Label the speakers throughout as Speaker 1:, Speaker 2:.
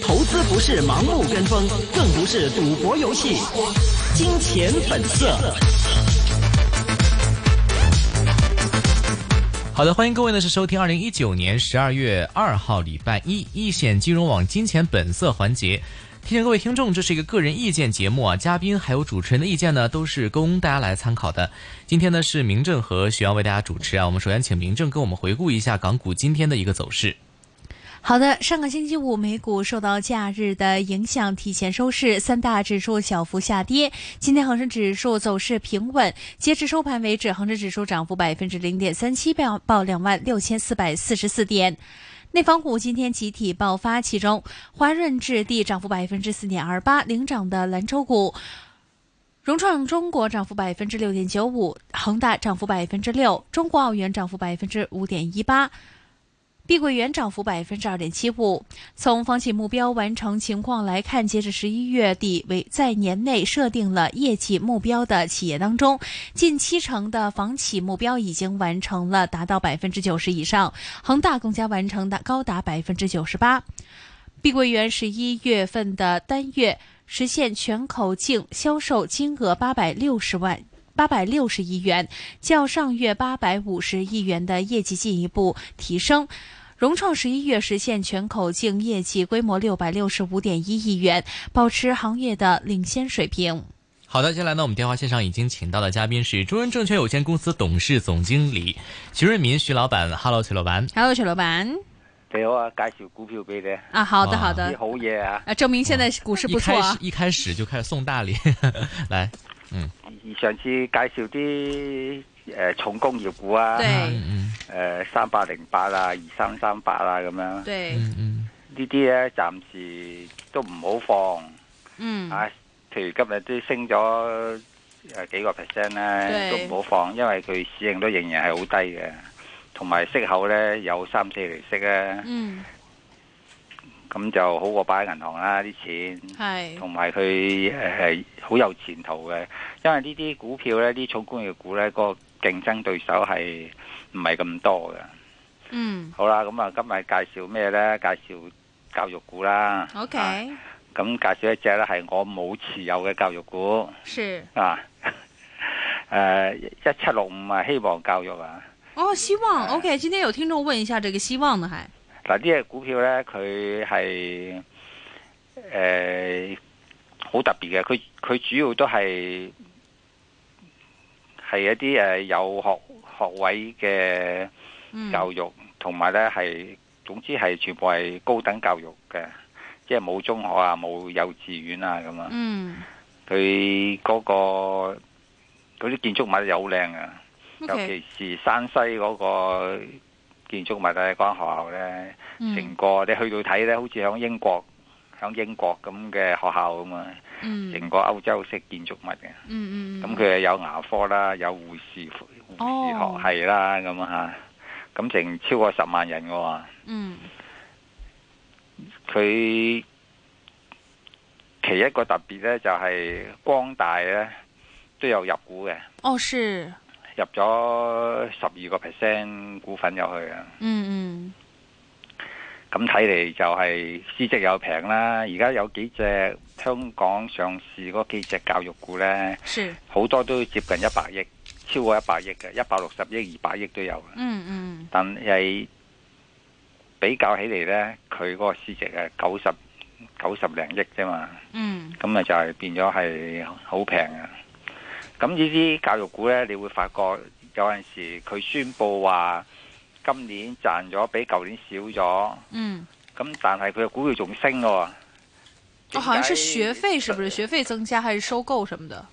Speaker 1: 投资不是盲目跟风，更不是赌博游戏。金钱本色。
Speaker 2: 好的，欢迎各位呢是收听二零一九年十二月二号礼拜一一线金融网金钱本色环节。提醒各位听众，这是一个个人意见节目啊，嘉宾还有主持人的意见呢，都是供大家来参考的。今天呢是明正和徐阳为大家主持啊，我们首先请明正跟我们回顾一下港股今天的一个走势。
Speaker 3: 好的，上个星期五美股受到假日的影响，提前收市，三大指数小幅下跌。今天恒生指数走势平稳，截至收盘为止，恒生指数涨幅百分之零点三七，报报两万六千四百四十四点。内房股今天集体爆发，其中华润置地涨幅百分之四点二八，领涨的蓝筹股。融创中国涨幅百分之六点九五，恒大涨幅百分之六，中国奥园涨幅百分之五点一八，碧桂园涨幅百分之二点七五。从房企目标完成情况来看，截至十一月底为在年内设定了业绩目标的企业当中，近七成的房企目标已经完成了，达到百分之九十以上。恒大更加完成的高达百分之九十八。碧桂园十一月份的单月实现全口径销售金额八百六十万。八百六十亿元，较上月八百五十亿元的业绩进一步提升。融创十一月实现全口径业绩规模六百六十五点一亿元，保持行业的领先水平。
Speaker 2: 好的，接下来呢，我们电话线上已经请到的嘉宾是中润证券有限公司董事总经理徐润民，徐老板，Hello，徐老板。
Speaker 3: Hello，徐老板
Speaker 4: 你好啊，介紹股票俾你，
Speaker 3: 啊，好的好
Speaker 4: 你
Speaker 3: 的，
Speaker 4: 好嘢啊！
Speaker 3: 啊，证明现在股市
Speaker 2: 一
Speaker 3: 不错
Speaker 2: 开始
Speaker 3: 啊。
Speaker 2: 一开始就开始送大礼， 来，
Speaker 4: 而上次介紹啲诶重工業股啊，
Speaker 3: 对
Speaker 2: 嗯嗯
Speaker 4: 诶三八零八啊，二三三八啊咁樣，呢
Speaker 3: 对，
Speaker 2: 嗯嗯，
Speaker 4: 啲咧暫時都唔好
Speaker 3: 嗯
Speaker 4: 放啊。譬如今日都升咗诶几个 percent 咧，
Speaker 3: 對
Speaker 4: 都唔好放，因為佢市盈率仍然係好低嘅，同埋息口咧有三四厘息啊，
Speaker 3: 嗯，
Speaker 4: 咁就好過擺喺銀行啦啲錢。
Speaker 3: 系
Speaker 4: 同埋佢誒好有前途嘅，因為呢啲股票咧，啲重工業股咧，個競爭對手係唔係咁多嘅。
Speaker 3: 嗯
Speaker 4: 好啦，咁啊，今日介紹咩咧？介紹教育股啦。啊
Speaker 3: ，OK，
Speaker 4: 咁、介紹一隻咧係我冇持有嘅教育股
Speaker 3: 是
Speaker 4: 啊。 誒一七六五啊，希望教育啊。
Speaker 3: 哦，希望 OK。今天有听众问一下这个希望呢，还
Speaker 4: 嗱，呢只股票咧，佢係誒好特別嘅，佢佢主要都係係一啲誒、呃有學學位嘅
Speaker 3: 嗯
Speaker 4: 教育，同埋咧係總之係全部係高等教育嘅，即係冇中學啊，冇幼稚園啊咁啊。
Speaker 3: 嗯
Speaker 4: 佢嗰、個嗰啲建築物又好靚啊！尤
Speaker 3: ，OK，
Speaker 4: 其是山西嗰個建築物咧，嗰間學校咧。成
Speaker 3: 嗯
Speaker 4: 個你去到睇呢，好似喺英國，喺英國咁嘅學校咁啊，
Speaker 3: 嗯
Speaker 4: 成個歐洲式建築物嘅。
Speaker 3: 嗯嗯，
Speaker 4: 咁佢係有牙科啦，有護士
Speaker 3: 哦
Speaker 4: 護士學系啦，咁啊嚇，咁成超過十萬人嘅喎。
Speaker 3: 嗯
Speaker 4: 佢其一個特別呢，就係光大呢都有入股嘅，
Speaker 3: 哦是，
Speaker 4: 入咗十二個 percent 股份入去啊。
Speaker 3: 嗯嗯
Speaker 4: 咁睇嚟就係市值又平啦，而家有幾隻香港上市嗰幾隻教育股呢，
Speaker 3: 是，
Speaker 4: 好多都接近一百億，超過一百億嘅，一百六十億、二百億都有嘅。
Speaker 3: 嗯嗯
Speaker 4: 但係比較起嚟呢，佢嗰個市值係九十九十零億啫嘛，
Speaker 3: 嗯
Speaker 4: 咁啊就係變咗係好平啊。咁呢啲教育股呢，你會發覺有陣時佢宣佈話今年賺咗比舊年少咗。
Speaker 3: 嗯，
Speaker 4: 咁但係佢嘅股票仲升喎、
Speaker 3: 哦好像是学费
Speaker 4: 點解
Speaker 3: 是不是？学费增加还是收购什么的？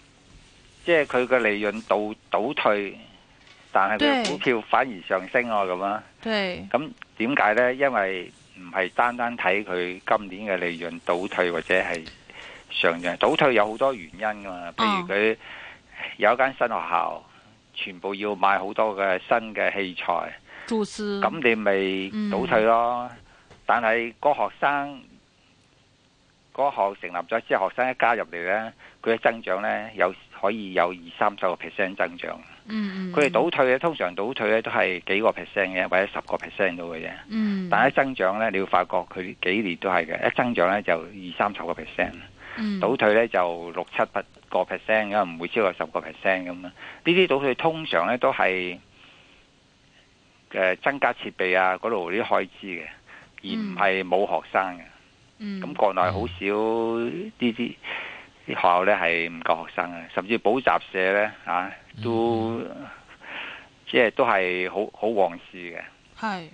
Speaker 4: 即係佢嘅利潤倒倒退，但係佢
Speaker 3: 對
Speaker 4: 嘅股票反而上升喎咁啊！
Speaker 3: 对，
Speaker 4: 咁點解呢？因為唔係單單睇佢今年嘅利潤倒退或者係上揚，倒退有好多原因噶
Speaker 3: 哦
Speaker 4: 嘛。譬如佢有一間新學校，全部要買好多嘅新嘅器材。
Speaker 3: 注资，
Speaker 4: 咁你
Speaker 3: 嗯
Speaker 4: 咪倒退咯。但係個學生，嗰個學成立咗之後，學生一加入嚟呢，佢嘅增長呢，有可以有二三十個 percent 增長。
Speaker 3: 嗯嗯，
Speaker 4: 佢哋倒退咧，通常倒退咧都係幾個 percent 嘅，或者十個 percent 到嘅啫。
Speaker 3: 嗯，
Speaker 4: 但係一增長咧，你要發覺佢幾年都係嘅，一增長咧就二三十個 percent，
Speaker 3: 嗯
Speaker 4: 倒退咧就六七八個 percent 咁，唔會超過十個 percent 咁啦。呢啲倒退通常咧都係誒、呃增加設備啊嗰度啲開支嘅，而唔係冇學生嘅。
Speaker 3: 嗯
Speaker 4: 咁國內好少呢啲啲學校咧係唔夠學生嘅，甚至補習社咧啊都即係都係好好旺市嘅。
Speaker 3: 係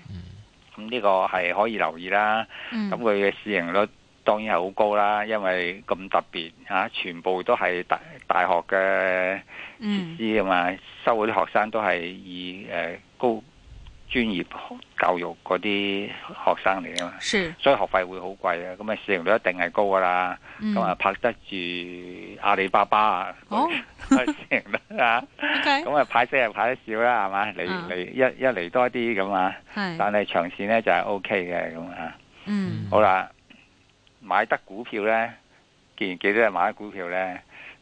Speaker 4: 咁呢個係可以留意啦。
Speaker 3: 嗯
Speaker 4: 咁佢嘅市盈率當然係好高啦，因為咁特別嚇、啊全部都係大大學嘅設
Speaker 3: 嗯
Speaker 4: 施啊嘛，收嗰啲學生都係以誒、呃高專業教育嗰啲學生嚟啊嘛，
Speaker 3: 是
Speaker 4: 所以學費會好貴啊。咁啊市盈率一定係高噶啦。
Speaker 3: 嗯
Speaker 4: 咁啊拍得住阿里巴巴啊，
Speaker 3: 哦
Speaker 4: 市盈 率啊，
Speaker 3: OK
Speaker 4: 咁啊派息又派得少啦，係嘛？
Speaker 3: 啊嗯
Speaker 4: 嚟嚟一一嚟多啲咁啊，
Speaker 3: 係
Speaker 4: 但係長線咧就係 O K 嘅咁啊。
Speaker 3: 嗯
Speaker 4: 好啦，買得股票咧，既然幾多人買得股票咧，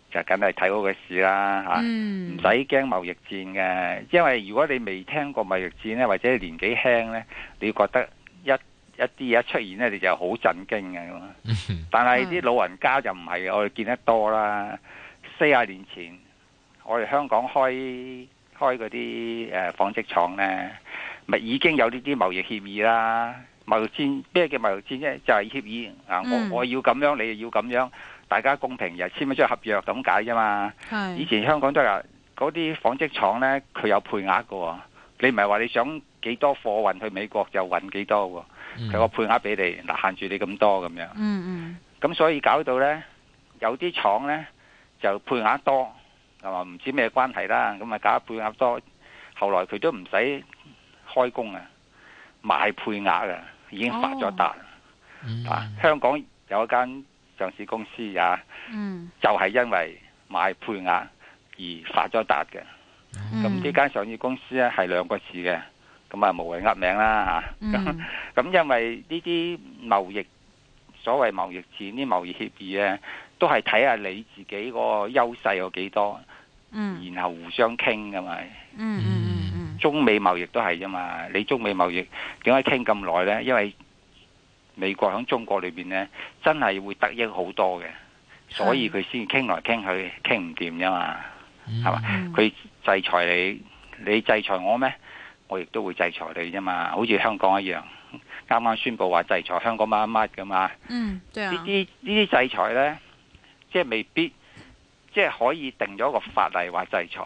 Speaker 4: 就梗係睇好個市啦嚇。啊唔
Speaker 3: 嗯
Speaker 4: 使驚貿易戰嘅，因為如果你未聽過貿易戰咧，或者你年紀輕咧，你覺得一一啲嘢一出現咧，你就好震驚嘅咁啊。但係啲老人家就唔係嘅，我哋見得多啦。四十年前，我哋香港開開嗰啲誒紡織廠咧，咪已經有呢啲貿易協議啦。貿易戰咩叫貿易戰啫？就係、協議啊！
Speaker 3: 嗯
Speaker 4: 我我要咁樣，你又要咁樣，大家公平，又簽咗張合約咁解啫嘛。以
Speaker 3: 係
Speaker 4: 前香港都係嗰啲紡織廠呢，佢有配額嘅喎、你唔係話你想幾多貨運去美國就運幾多喎、
Speaker 2: 嗯
Speaker 4: 佢個配額俾你，嗱限住你咁多咁樣。
Speaker 3: 嗯
Speaker 4: 咁所以搞到呢，有啲廠呢就配額多，係嘛？唔知咩關係啦，咁啊搞得配額多，後來佢都唔使開工啊，賣配額啊，已經發咗達、
Speaker 3: 哦
Speaker 4: 啊！
Speaker 2: à,
Speaker 4: 香港有一間上市公司啊，
Speaker 3: 嗯
Speaker 4: 就係、因為賣配額而發咗達嘅。
Speaker 3: 嗯，
Speaker 4: 咁呢間上市公司咧係兩個字嘅，咁啊無謂呃名啦嚇。咁、
Speaker 3: 嗯
Speaker 4: 咁因為呢啲貿易所謂貿易戰、啲貿易協議咧，都係睇下你自己嗰個優勢有幾多，
Speaker 3: 嗯
Speaker 4: 然後互相傾噶嘛。
Speaker 3: 嗯嗯嗯
Speaker 4: 中美貿易都係啫嘛，你中美貿易點解傾咁耐呢？因為美國喺中國裏邊呢，真係會得益好多嘅，所以佢先傾來傾去傾唔掂啫嘛。係嘛
Speaker 3: 嗯
Speaker 4: 佢制裁你，你制裁我咩？我亦都會制裁你啫嘛，好似香港一樣，啱啱宣布話制裁香港乜乜乜噶嘛，
Speaker 3: 嗯對
Speaker 4: 呢
Speaker 3: 啊，
Speaker 4: 啲呢啲制裁呢，即係未必，即係可以定咗個法例話制裁，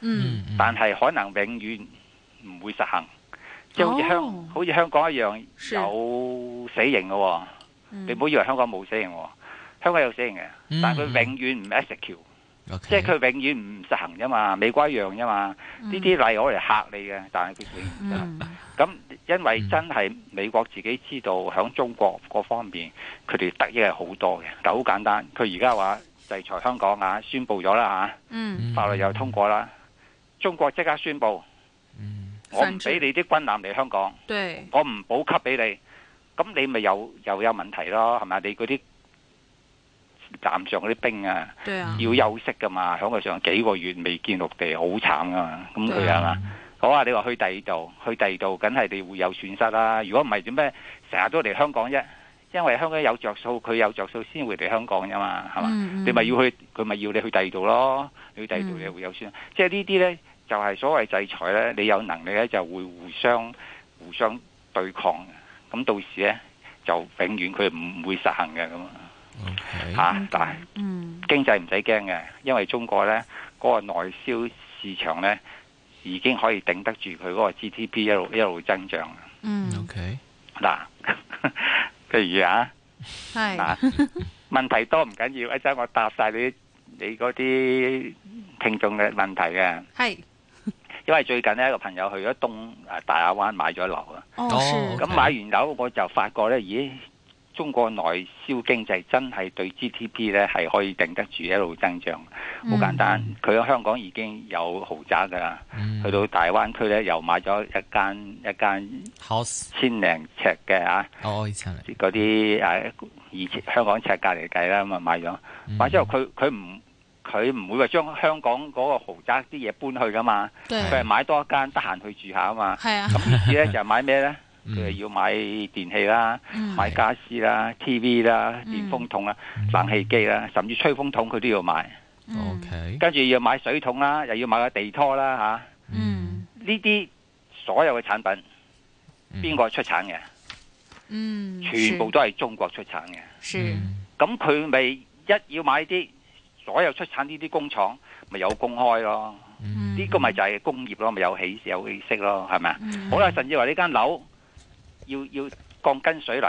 Speaker 3: 嗯
Speaker 4: 但係可能永遠唔會實行，即係好似香、
Speaker 3: 哦
Speaker 4: 好似香港一樣
Speaker 3: 是
Speaker 4: 有死刑嘅喎、
Speaker 3: 嗯
Speaker 4: 你唔好以為香港冇死刑喎、香港有死刑嘅，
Speaker 2: 嗯
Speaker 4: 但係佢永遠唔 execute，即係佢永遠唔實行啫嘛，美國一樣啫嘛。呢啲例我嚟嚇你嘅，但係佢永遠唔得
Speaker 3: 嗯
Speaker 4: 咁因為真係美國自己知道響中國嗰方面，佢哋得益係好多嘅。但好簡單，佢而家話制裁香港啊，宣布咗啦
Speaker 3: 嗯
Speaker 4: 嚇，法律又通過啦，中國即刻宣布，
Speaker 3: ừ，
Speaker 4: 我唔
Speaker 3: 反制
Speaker 4: 俾你啲軍艦嚟香港，
Speaker 3: 對
Speaker 4: 我唔補給俾你，咁你咪又又有問題咯，係咪？啊你嗰啲艦上嗰啲兵啊！
Speaker 3: 對啊，
Speaker 4: 要休息噶嘛，響佢上幾個月未見陸地，好慘噶嘛。咁佢
Speaker 3: 對
Speaker 4: 係嘛？好啊，你話去第二度，去第二度，梗係你會有損失啦。如果唔係點咩，成日都嚟香港啫。因為香港有着數，佢有着數先會嚟香港啫嘛，係嘛？
Speaker 3: 嗯嗯
Speaker 4: 你咪要去，佢咪要你去第二度咯。你去第二度
Speaker 3: 嗯
Speaker 4: 你會有損失，即係呢啲呢，就係、所謂制裁呢。你有能力呢，就會互相互相對抗嘅。咁到時呢，就永遠佢唔會實行嘅咁啊
Speaker 2: À.
Speaker 4: 嚇，但係。
Speaker 3: 嗯
Speaker 4: 經濟唔使驚嘅，因為中國呢嗰、個內銷市場呢已經可以頂得住佢嗰個 GDP 一路一路增長。
Speaker 3: 嗯
Speaker 4: 嗱， 譬如啊，
Speaker 3: 係
Speaker 4: 嗱，問題多唔緊要，一陣我答晒你你嗰啲聽眾嘅問題嘅，
Speaker 3: 係
Speaker 4: 因為最近呢，有個朋友去咗東啊大亞灣買咗樓啊，
Speaker 3: 哦
Speaker 2: 哦
Speaker 4: 咁
Speaker 2: OK
Speaker 4: 買完樓我就發覺呢，咦，中國內銷經濟真係對 GDP 呢係可以頂得住一路增長。好
Speaker 3: 嗯
Speaker 4: 簡單，佢喺香港已經有豪宅㗎啦，
Speaker 3: 嗯
Speaker 4: 去到大灣區咧又買咗一間一間千零尺嘅啊，
Speaker 3: oh,
Speaker 4: 嗰啊
Speaker 3: 嗯
Speaker 4: 啲誒以前香港尺價嚟計啦，咁啊買咗，買之後佢佢唔佢唔會話將香港嗰個豪宅啲嘢搬去噶嘛，
Speaker 3: 对，
Speaker 4: 佢係買多一間，得閒去住下 啊嘛。
Speaker 3: 系啊，
Speaker 4: 咁於是咧就係買咩咧？
Speaker 2: 嗯
Speaker 3: ừ，
Speaker 4: 佢係要買電器啦、
Speaker 3: 嗯
Speaker 4: 買家私啦、TV 啦、
Speaker 3: 嗯
Speaker 4: 電風筒啦、
Speaker 3: ừ，
Speaker 4: 冷氣機啦，甚至吹風筒佢都要買。
Speaker 3: 嗯
Speaker 2: OK，
Speaker 4: 跟住要買水桶啦，又要買個地拖啦嚇。
Speaker 3: 嗯
Speaker 4: 呢啲所有嘅產品
Speaker 2: 嗯
Speaker 4: 邊個出產嘅？
Speaker 3: 嗯，
Speaker 4: 全部都係中國出產嘅。
Speaker 3: 是
Speaker 4: 咁佢咪一要買啲所有出產呢啲工廠，咪有公開咯？
Speaker 3: ừ，
Speaker 2: 嗯
Speaker 4: 呢個咪就係工業咯，咪有起有起色咯，係咪啊？
Speaker 3: 嗯
Speaker 4: 好啦，甚至話呢間樓要要鋼筋水泥，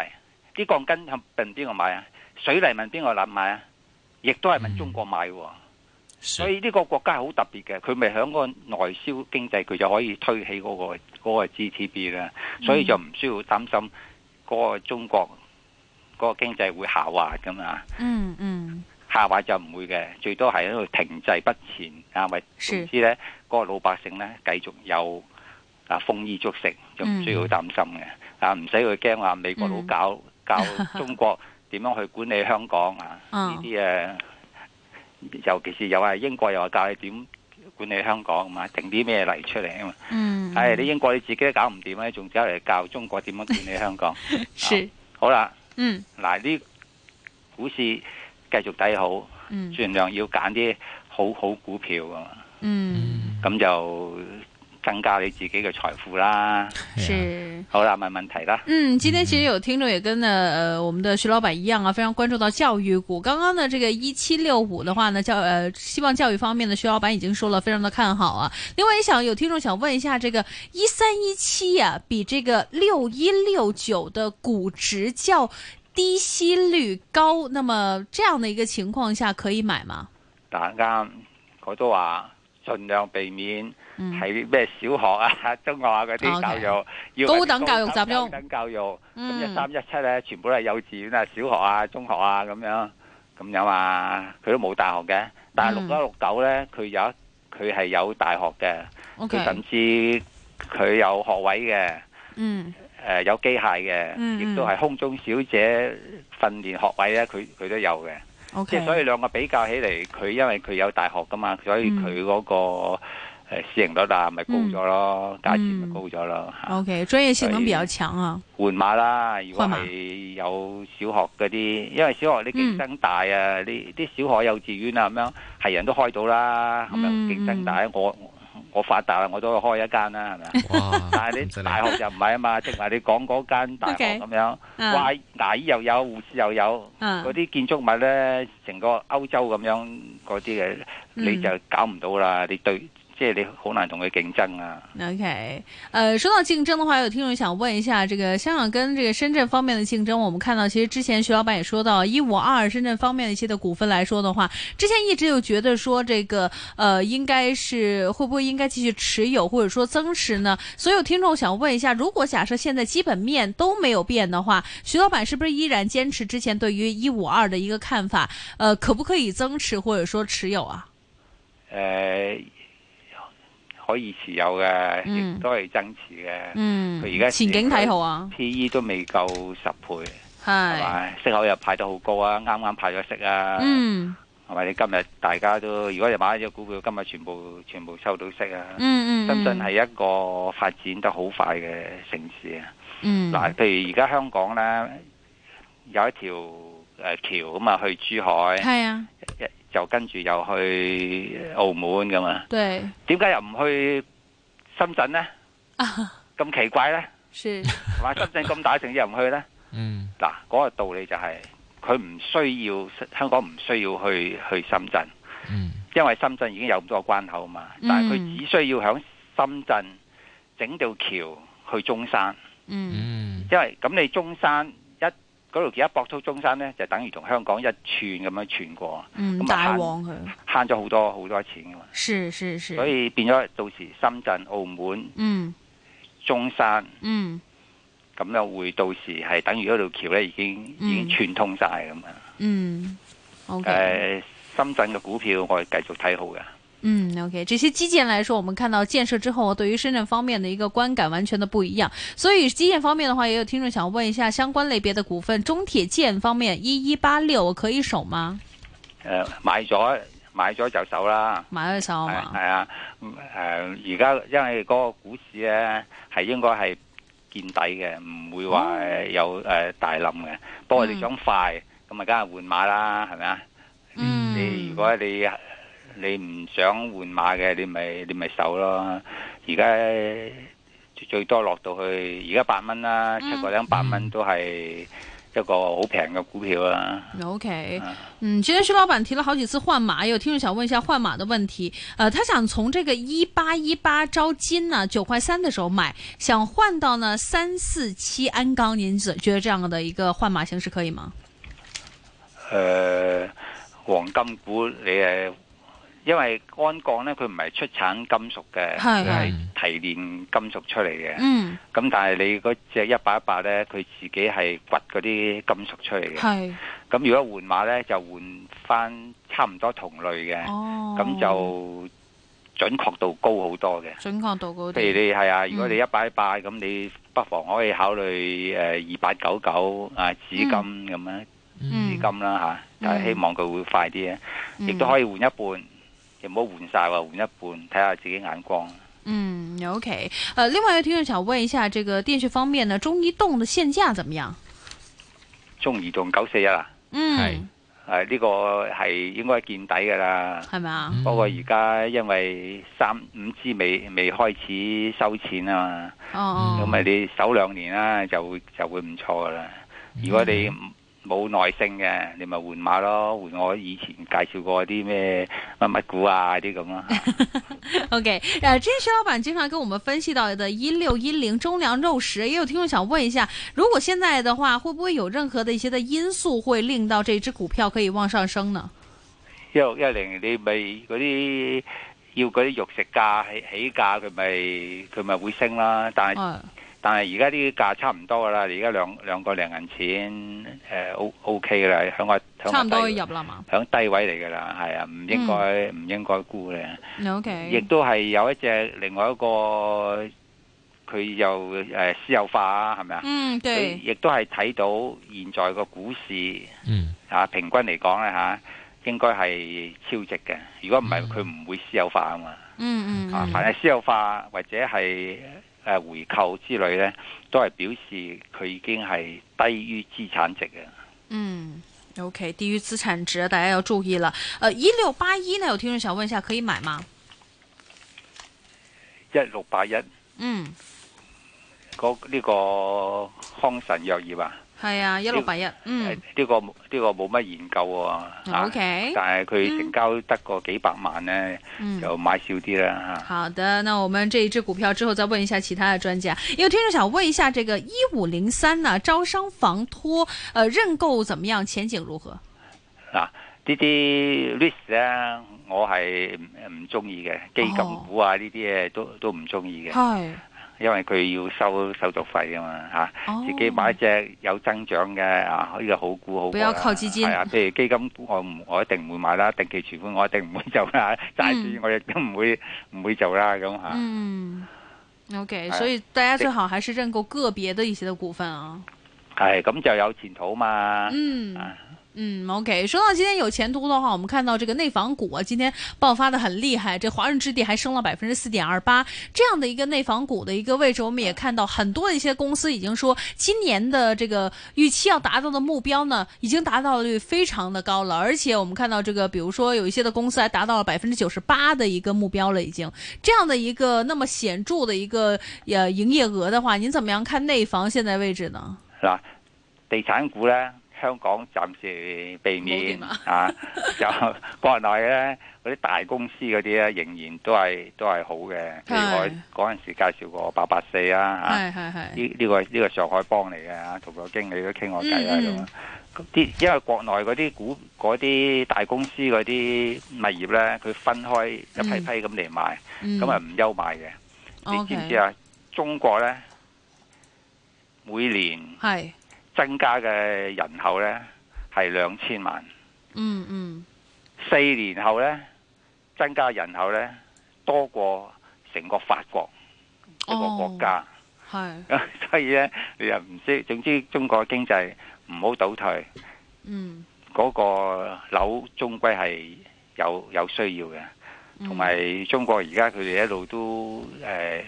Speaker 4: 啲鋼筋係問邊個買啊？水泥問邊個諗買啊？亦都係問中國買喎。所
Speaker 2: 是
Speaker 4: 以呢個國家係好特別嘅，佢咪喺個內銷經濟，佢就可以推起嗰、個嗰個 GDP 啦，所以就唔需要擔心嗰個中國嗰個經濟會下滑咁啊，
Speaker 3: 嗯嗯
Speaker 4: 下滑就唔會嘅，最多係喺度停滯不前啊，咪
Speaker 3: 是
Speaker 4: 總之呢，嗰、個老百姓呢，繼續有啊豐衣足食，就唔需要擔心嘅啊，唔使佢驚話美國佬
Speaker 3: 嗯
Speaker 4: 搞搞中國點樣去管理香港啊。呢
Speaker 3: 嗯
Speaker 4: 啲誒，尤其是又係英國又話教你點管理香港啊嘛，定啲咩例出嚟啊嘛。
Speaker 3: 嗯，
Speaker 4: 唉、你英國你自己都搞唔掂咧，仲走嚟教中國點樣管理香港？
Speaker 3: 是
Speaker 4: 好啦，
Speaker 3: 嗯
Speaker 4: 嗱呢股市繼續睇好，
Speaker 3: 嗯
Speaker 4: 盡量要揀啲好好股票啊嘛，
Speaker 3: 嗯
Speaker 4: 咁就增加你自己嘅財富啦。
Speaker 3: 是。
Speaker 4: 好啦，問問題啦。
Speaker 3: 嗯，今天其实有听众也跟呢呃我们的徐老板一样啊，非常关注到教育股。刚刚呢这个一七六五的话呢，教呃希望教育方面呢，徐老板已经说了，非常的看好啊。另外也想有听众想问一下，这个一三一七呀，比这个六一六九的估值较低息率高，那么这样的一个情况下可以买吗？
Speaker 4: 嗱啱，我都話盡量避免。
Speaker 3: 嗯
Speaker 4: 喺咩小學啊、 中學啊嗰啲
Speaker 3: OK
Speaker 4: 教育，要
Speaker 3: 高等教育集中
Speaker 4: 高等教育。咁一
Speaker 3: 嗯
Speaker 4: 三一七咧，全部都係幼稚園啊、小學啊、中學啊咁樣，咁樣啊，佢都冇大學嘅。但係六
Speaker 3: 嗯
Speaker 4: 一六九咧，佢有一佢係有大學嘅，佢
Speaker 3: ，OK，
Speaker 4: 甚至佢有學位嘅，
Speaker 3: 嗯
Speaker 4: 誒、呃有機械嘅，
Speaker 3: 嗯
Speaker 4: 亦都係空中小姐訓練學位咧，佢佢都有嘅。即係所
Speaker 3: ，OK，
Speaker 4: 以兩個比較起嚟，佢因為佢有大學噶嘛，所以
Speaker 3: 嗯
Speaker 4: 佢嗰個誒市盈率啊，咪高咗咯，價錢咪
Speaker 3: 嗯
Speaker 4: 高咗咯。嚇
Speaker 3: OK，專業性能比較強啊，
Speaker 4: 換馬啦，如果
Speaker 3: 換馬
Speaker 4: 係有小學嗰啲，因為小學啲競爭大啊，
Speaker 3: 嗯
Speaker 4: 啲啲小學、幼稚園啊咁樣，係人都開到啦，係咪
Speaker 3: 嗯
Speaker 4: 競爭大？我我我發達啦，我都開一間啦，係咪啊？
Speaker 2: 哇，
Speaker 4: 但係
Speaker 2: 真
Speaker 4: 你
Speaker 2: 係
Speaker 4: 大學就唔係啊嘛，即係話你講嗰間大 學
Speaker 3: OK
Speaker 4: 咁樣，
Speaker 3: 嗯
Speaker 4: 哇，牙醫又有，護士又有。嗰
Speaker 3: 嗯
Speaker 4: 啲建築物咧，成個歐洲咁樣嗰啲嘅，
Speaker 3: 嗯
Speaker 4: 你就搞唔到啦。你對，即係你好難同佢競爭啊。
Speaker 3: OK，呃，说到竞争的话，有听众想问一下，这个香港跟这个深圳方面的竞争，我们看到其实之前徐老板也说到，一五二深圳方面的一些的股份来说的话，之前一直有觉得说这个呃，应该是会不会应该继续持有或者说增持呢？所有听众想问一下，如果假设现在基本面都没有变的话，徐老板是不是依然坚持之前对于一五二的一个看法？呃，可不可以增持或者说持有啊？
Speaker 4: 誒、可以持有嘅，
Speaker 3: 嗯
Speaker 4: 亦都係增持嘅。
Speaker 3: 嗯
Speaker 4: 佢而家
Speaker 3: 前景睇好啊，
Speaker 4: P/E 都未夠十倍，係
Speaker 3: 系，
Speaker 4: 咪？息口又派得好高啊，啱啱派咗息啊，
Speaker 3: 嗯
Speaker 4: 係咪？你今日大家都，如果你買咗股票，今日全部全部收到息啊
Speaker 3: 嗯。嗯，嗯
Speaker 4: 深圳係一個發展得好快嘅城市啊。
Speaker 3: 嗯，
Speaker 4: 嗱，譬如而家香港咧有一條誒橋咁啊，去珠海，
Speaker 3: 系啊，
Speaker 4: 就跟住又去澳門咁啊。
Speaker 3: 对
Speaker 4: 點解又唔去深圳呢？
Speaker 3: 啊，
Speaker 4: 咁奇怪呢？
Speaker 3: 是，
Speaker 4: 係嘛？深圳咁大城市又唔去呢？
Speaker 2: 嗯
Speaker 4: 嗱，嗰個道理就係佢唔需要香港唔需要去去深圳，
Speaker 2: 嗯
Speaker 4: 因為深圳已經有咁多個關口嘛。
Speaker 3: 嗯
Speaker 4: 但係佢只需要喺深圳整條橋去中山。
Speaker 3: 嗯
Speaker 2: 嗯
Speaker 4: 因為咁你中山一嗰條橋一駁到中山呢，就等於同香港一串咁樣串過，
Speaker 3: 嗯，
Speaker 4: 咁啊
Speaker 3: 大
Speaker 4: 慳
Speaker 3: 旺佢，
Speaker 4: 慳咗好多好多錢噶嘛。
Speaker 3: 是是是，
Speaker 4: 所以變咗到時深圳、澳門、
Speaker 3: 嗯
Speaker 4: 中山
Speaker 3: 嗯
Speaker 4: 咁樣會到時係等於嗰條橋呢已經
Speaker 3: 嗯
Speaker 4: 已經串通晒咁樣。誒、
Speaker 3: 嗯，OK，
Speaker 4: 深圳嘅股票我係繼續睇好嘅。
Speaker 3: 嗯 OK，这些基建来说，我们看到建设之后，对于深圳方面的一个观感完全的不一样。所以基建方面的话，也有听众想问一下相关类别的股份，中铁建方面一一八六可以守吗？
Speaker 4: 誒、買咗買咗就走啦。
Speaker 3: 買咗手啊嘛，
Speaker 4: 係係啊，誒而家因為嗰個股市咧係應該係見底嘅，唔會話
Speaker 3: 哦
Speaker 4: 誒有誒大冧嘅。不過你想快，咁啊梗係換馬啦，係咪啊？
Speaker 3: 嗯，
Speaker 4: 你如果你你唔想換馬嘅，你咪你咪守咯。而家最多落到去而家八蚊啦，
Speaker 3: 嗯
Speaker 4: 七個零八蚊都係一個好平嘅股票啦。
Speaker 3: OK，
Speaker 4: 啊
Speaker 3: 嗯，今天薛老板提了好几次换马，有听众想问一下换马的问题。呃，他想从这个一八一八招金呢九块三的时候买，想换到呢三四七鞍钢，您觉觉得这样的一个换马形式可以吗？
Speaker 4: 誒、呃黃金股你誒，因為安鋼咧佢唔係出產金屬嘅，
Speaker 3: 係
Speaker 4: 佢係提煉金屬出嚟嘅。咁、
Speaker 3: 嗯，
Speaker 4: 但係你嗰只一百一百咧，佢自己係掘嗰啲金屬出嚟嘅。
Speaker 3: 系，
Speaker 4: 咁如果換馬咧，就換翻差唔多同類嘅，
Speaker 3: 哦，
Speaker 4: 咁、就準確度高好多嘅。
Speaker 3: 準確度高
Speaker 4: 譬
Speaker 3: 啲
Speaker 4: 如。你係
Speaker 3: 嗯
Speaker 4: 啊，如果你一百一百咁，你不妨可以考慮誒二八九九啊紫金咁樣。資
Speaker 3: 嗯
Speaker 4: 金啦
Speaker 3: 嗯
Speaker 4: 嚇，但係希望佢會快啲啊咧，亦都可以換一半，亦唔好換晒喎，換一半睇下自己眼光。
Speaker 3: 嗯嗯，OK。呃，另外一位听众想问一下，这个电视方面呢，中移动的限价怎么样？
Speaker 4: 中移動九四一啊，
Speaker 3: 嗯
Speaker 2: 係，
Speaker 4: 誒呢個係應該見底㗎啦。
Speaker 3: 係咪啊？
Speaker 2: 嗯
Speaker 4: 不過而家因為三五 G 未未開始收錢啊
Speaker 3: 哦
Speaker 4: 嘛，
Speaker 3: 哦
Speaker 4: 咁，咪你守兩年啦，就會就會唔錯㗎啦。
Speaker 2: 嗯
Speaker 3: ừ，
Speaker 4: 如果你唔冇耐性嘅，你咪換馬咯，換我以前介紹過啲咩乜乜股啊啲咁啦。
Speaker 3: OK，呃，之前薛老板经常跟我们分析到的一六一零中粮肉食，也有听众想问一下，如果现在的话，会不会有任何的一些的因素会令到这只股票可以往上升呢？
Speaker 4: 一六一零，你咪嗰啲要嗰啲肉食價起起價，佢咪佢咪會升啦。但係、
Speaker 3: 嗯、
Speaker 4: 但係而家啲價差唔多噶啦，而家兩兩個零銀錢，誒 O O K 噶啦，響個
Speaker 3: 差
Speaker 4: 響
Speaker 3: 唔
Speaker 4: 個
Speaker 3: 多
Speaker 4: 低
Speaker 3: 入啦嘛。
Speaker 4: 響低位嚟噶啦，係啊，唔應該唔、應該沽嘅。亦
Speaker 3: OK，
Speaker 4: 都係有一隻另外一個，佢又誒、呃私有化啊，係咪啊？
Speaker 3: 嗯，
Speaker 4: 佢
Speaker 3: 对，
Speaker 4: 亦都係睇到現在個股市。
Speaker 2: 嗯
Speaker 4: 啊，平均嚟講咧嚇，應該係超值嘅。如果唔係，
Speaker 2: 嗯
Speaker 4: 佢唔會私有化啊嘛。
Speaker 3: 嗯嗯
Speaker 4: 啊，
Speaker 3: 嗯，
Speaker 4: 凡係私有化或者係誒回購之類咧，都係表示佢已經係低於資產值嘅。
Speaker 3: 嗯。OK，低于资产值，大家要注意了。呃，一六八一呢，有听众想问一下，可以买吗？
Speaker 4: 一六八一
Speaker 3: 嗯，
Speaker 4: 嗰呢個康臣藥業啊，
Speaker 3: 系啊，一六八一，
Speaker 4: 誒
Speaker 3: 嗯
Speaker 4: 呢、個冇呢、個冇乜研究喎、啊
Speaker 3: ，OK，
Speaker 4: 但係佢
Speaker 3: 嗯
Speaker 4: 成交得個幾百萬咧，
Speaker 3: 嗯，
Speaker 4: 就買少啲啦啊嚇。
Speaker 3: 好的，那我们这一只股票之后再问一下其他的专家，因为听众想问一下这个一五零三呢，招商房托呃认购怎么样，前景如何？
Speaker 4: 呢啲 risk 咧，我係唔唔中意嘅，基金股
Speaker 3: 哦
Speaker 4: 啊呢啲嘢都都唔中意嘅，
Speaker 3: 係，
Speaker 4: 因為佢要收手續費啊嘛嚇，
Speaker 3: 哦
Speaker 4: 自己買一隻有增長嘅啊，呢個好股好股
Speaker 3: 不
Speaker 4: 啦
Speaker 3: 要靠基金
Speaker 4: 係啊，譬如基金股我唔我一定唔會買啦，定期存款我一定唔會做啦， 債券我亦都唔會唔會做啦咁嚇。
Speaker 3: 嗯，OK，
Speaker 4: 哎
Speaker 3: 所以大家最好还是认购个别的一些的股份啊。
Speaker 4: 係咁就有前途啊嘛。
Speaker 3: 嗯
Speaker 4: 啊
Speaker 3: 嗯，OK。说到今天有前途的话，我们看到这个内房股啊，今天爆发的很厉害，这华润置地还升了百分之四点二八，这样的一个内房股的一个位置，我们也看到很多的一些公司已经说，今年的这个预期要达到的目标呢，已经达到率非常的高了，而且我们看到这个，比如说有一些的公司还达到了百分之九十八的一个目标了，已经这样的一个那么显著的一个呃营业额的话，您怎么样看内房现在位置呢？
Speaker 4: 嗱，地產股咧，香港暫時避免
Speaker 3: 冇掂啊
Speaker 4: 啊， 就國內咧嗰啲大公司嗰啲咧，仍然都係都係好嘅。譬
Speaker 3: 係
Speaker 4: 如我嗰陣時介紹過八八四啊，
Speaker 3: 嗨嗨嗨
Speaker 4: 嚇，，呢呢個呢個上海幫嚟嘅嚇，同個經理都傾過偈啊
Speaker 3: 嗯
Speaker 4: 咁樣。咁啲因為國內嗰啲股嗰啲大公司嗰啲物業咧，佢分開一批批咁嚟賣，
Speaker 3: 嗯
Speaker 4: 咁啊唔憂賣嘅。你知唔知
Speaker 3: OK
Speaker 4: 啊？中國咧每年。
Speaker 3: 係。
Speaker 4: 增加嘅人口呢係兩千萬，
Speaker 3: 嗯嗯
Speaker 4: 四年後呢，增加人口呢多過成個法國一個國家，
Speaker 3: 係，
Speaker 4: 所以呢，你又唔知，總之中國經濟唔好倒退，
Speaker 3: 嗯
Speaker 4: 嗰、個樓終歸係有有需要嘅。
Speaker 3: 嗯
Speaker 4: 同埋中國而家佢哋一路都誒、呃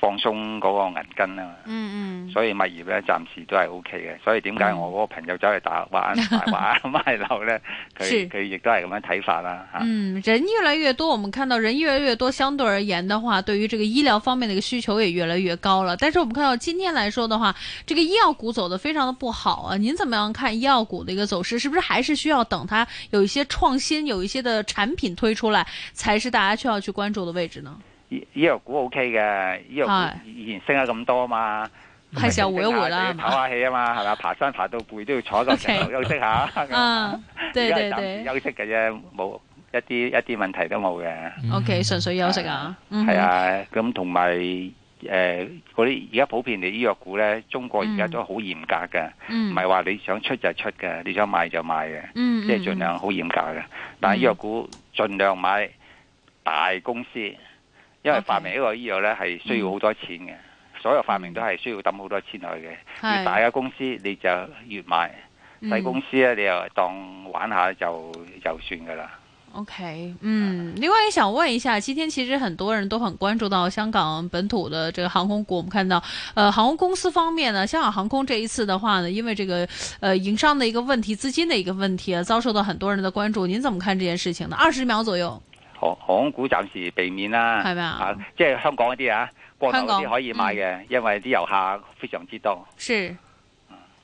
Speaker 4: 放鬆嗰個銀根啊嘛，
Speaker 3: 嗯嗯，
Speaker 4: 所以物業咧暫時都係 O K 嘅。所以點解我嗰個朋友走去打 玩玩買樓咧？
Speaker 3: 是
Speaker 4: 佢佢亦都係咁樣睇法啦嚇。
Speaker 3: 嗯，人越来越多，我们看到人越来越多，相对而言的话，对于这个医疗方面的一个需求也越来越高了。但是我们看到今天来说的话，这个医药股走的非常的不好啊。您怎么样看医药股的一个走势？是不是还是需要等它有一些创新，有一些的产品推出来，才是大家需要去关注的位置呢？
Speaker 4: 醫醫藥股 O K 嘅，醫藥
Speaker 3: 係
Speaker 4: 股以前升咗咁多嘛，
Speaker 3: 係時候回一回啦
Speaker 4: 咁咪升下就要唞下氣啊嘛，係咪？爬山爬到攰都要坐個石
Speaker 3: OK
Speaker 4: 頭休息下。
Speaker 3: 嗯，对
Speaker 4: 而
Speaker 3: 对
Speaker 4: 家係暫時
Speaker 3: 对
Speaker 4: 休息嘅啫，冇一啲一啲問題都冇嘅。
Speaker 3: ，OK，纯粹休息啊，嗯
Speaker 4: 係，啊，咁同埋誒嗰啲而家普遍你醫藥股咧，中國而家
Speaker 3: 嗯
Speaker 4: 都好嚴格嘅，唔
Speaker 3: 嗯，
Speaker 4: 係話你想出就出嘅，你想賣就賣嘅，
Speaker 3: 嗯，
Speaker 4: 即係盡量好嚴格嘅。但係醫藥股盡量買大公司，因為
Speaker 3: OK
Speaker 4: 發明一個醫藥咧係需要好多錢嘅，所有發明都係需要抌好多錢落去嘅。越大
Speaker 3: 嗯係，嗯
Speaker 4: 嘅公司你就越買，細公司咧你又當玩下就就算噶啦。
Speaker 3: OK，嗯，另外也想问一下，今天其实很多人都很关注到香港本土的这个航空股，我们看到，呃，航空公司方面呢，香港航空这一次的话呢，因为这个呃营商的一个问题、资金的一个问题啊，遭受到很多人的关注，您怎么看这件事情呢？二十秒左右，
Speaker 4: 航航空股暫時避免啦，
Speaker 3: 係咪啊
Speaker 4: 啊，即係香港嗰啲啊，國內
Speaker 3: 香
Speaker 4: 嗰
Speaker 3: 港嗯
Speaker 4: 啲可以買嘅，因為啲遊客非常之多。
Speaker 3: 是，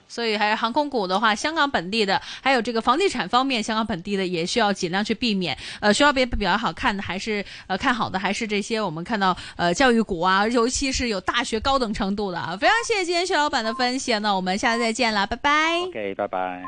Speaker 3: 所以还是航空股的话，香港本地的，还有这个房地产方面，香港本地的也需要尽量去避免。呃，需要比比较好看的，还是呃看好的，还是这些我们看到呃教育股啊，尤其是有大学高等程度的啊。非常谢谢今天薛老板的分析，啊那我们下次再见啦，拜拜。
Speaker 4: OK，拜拜。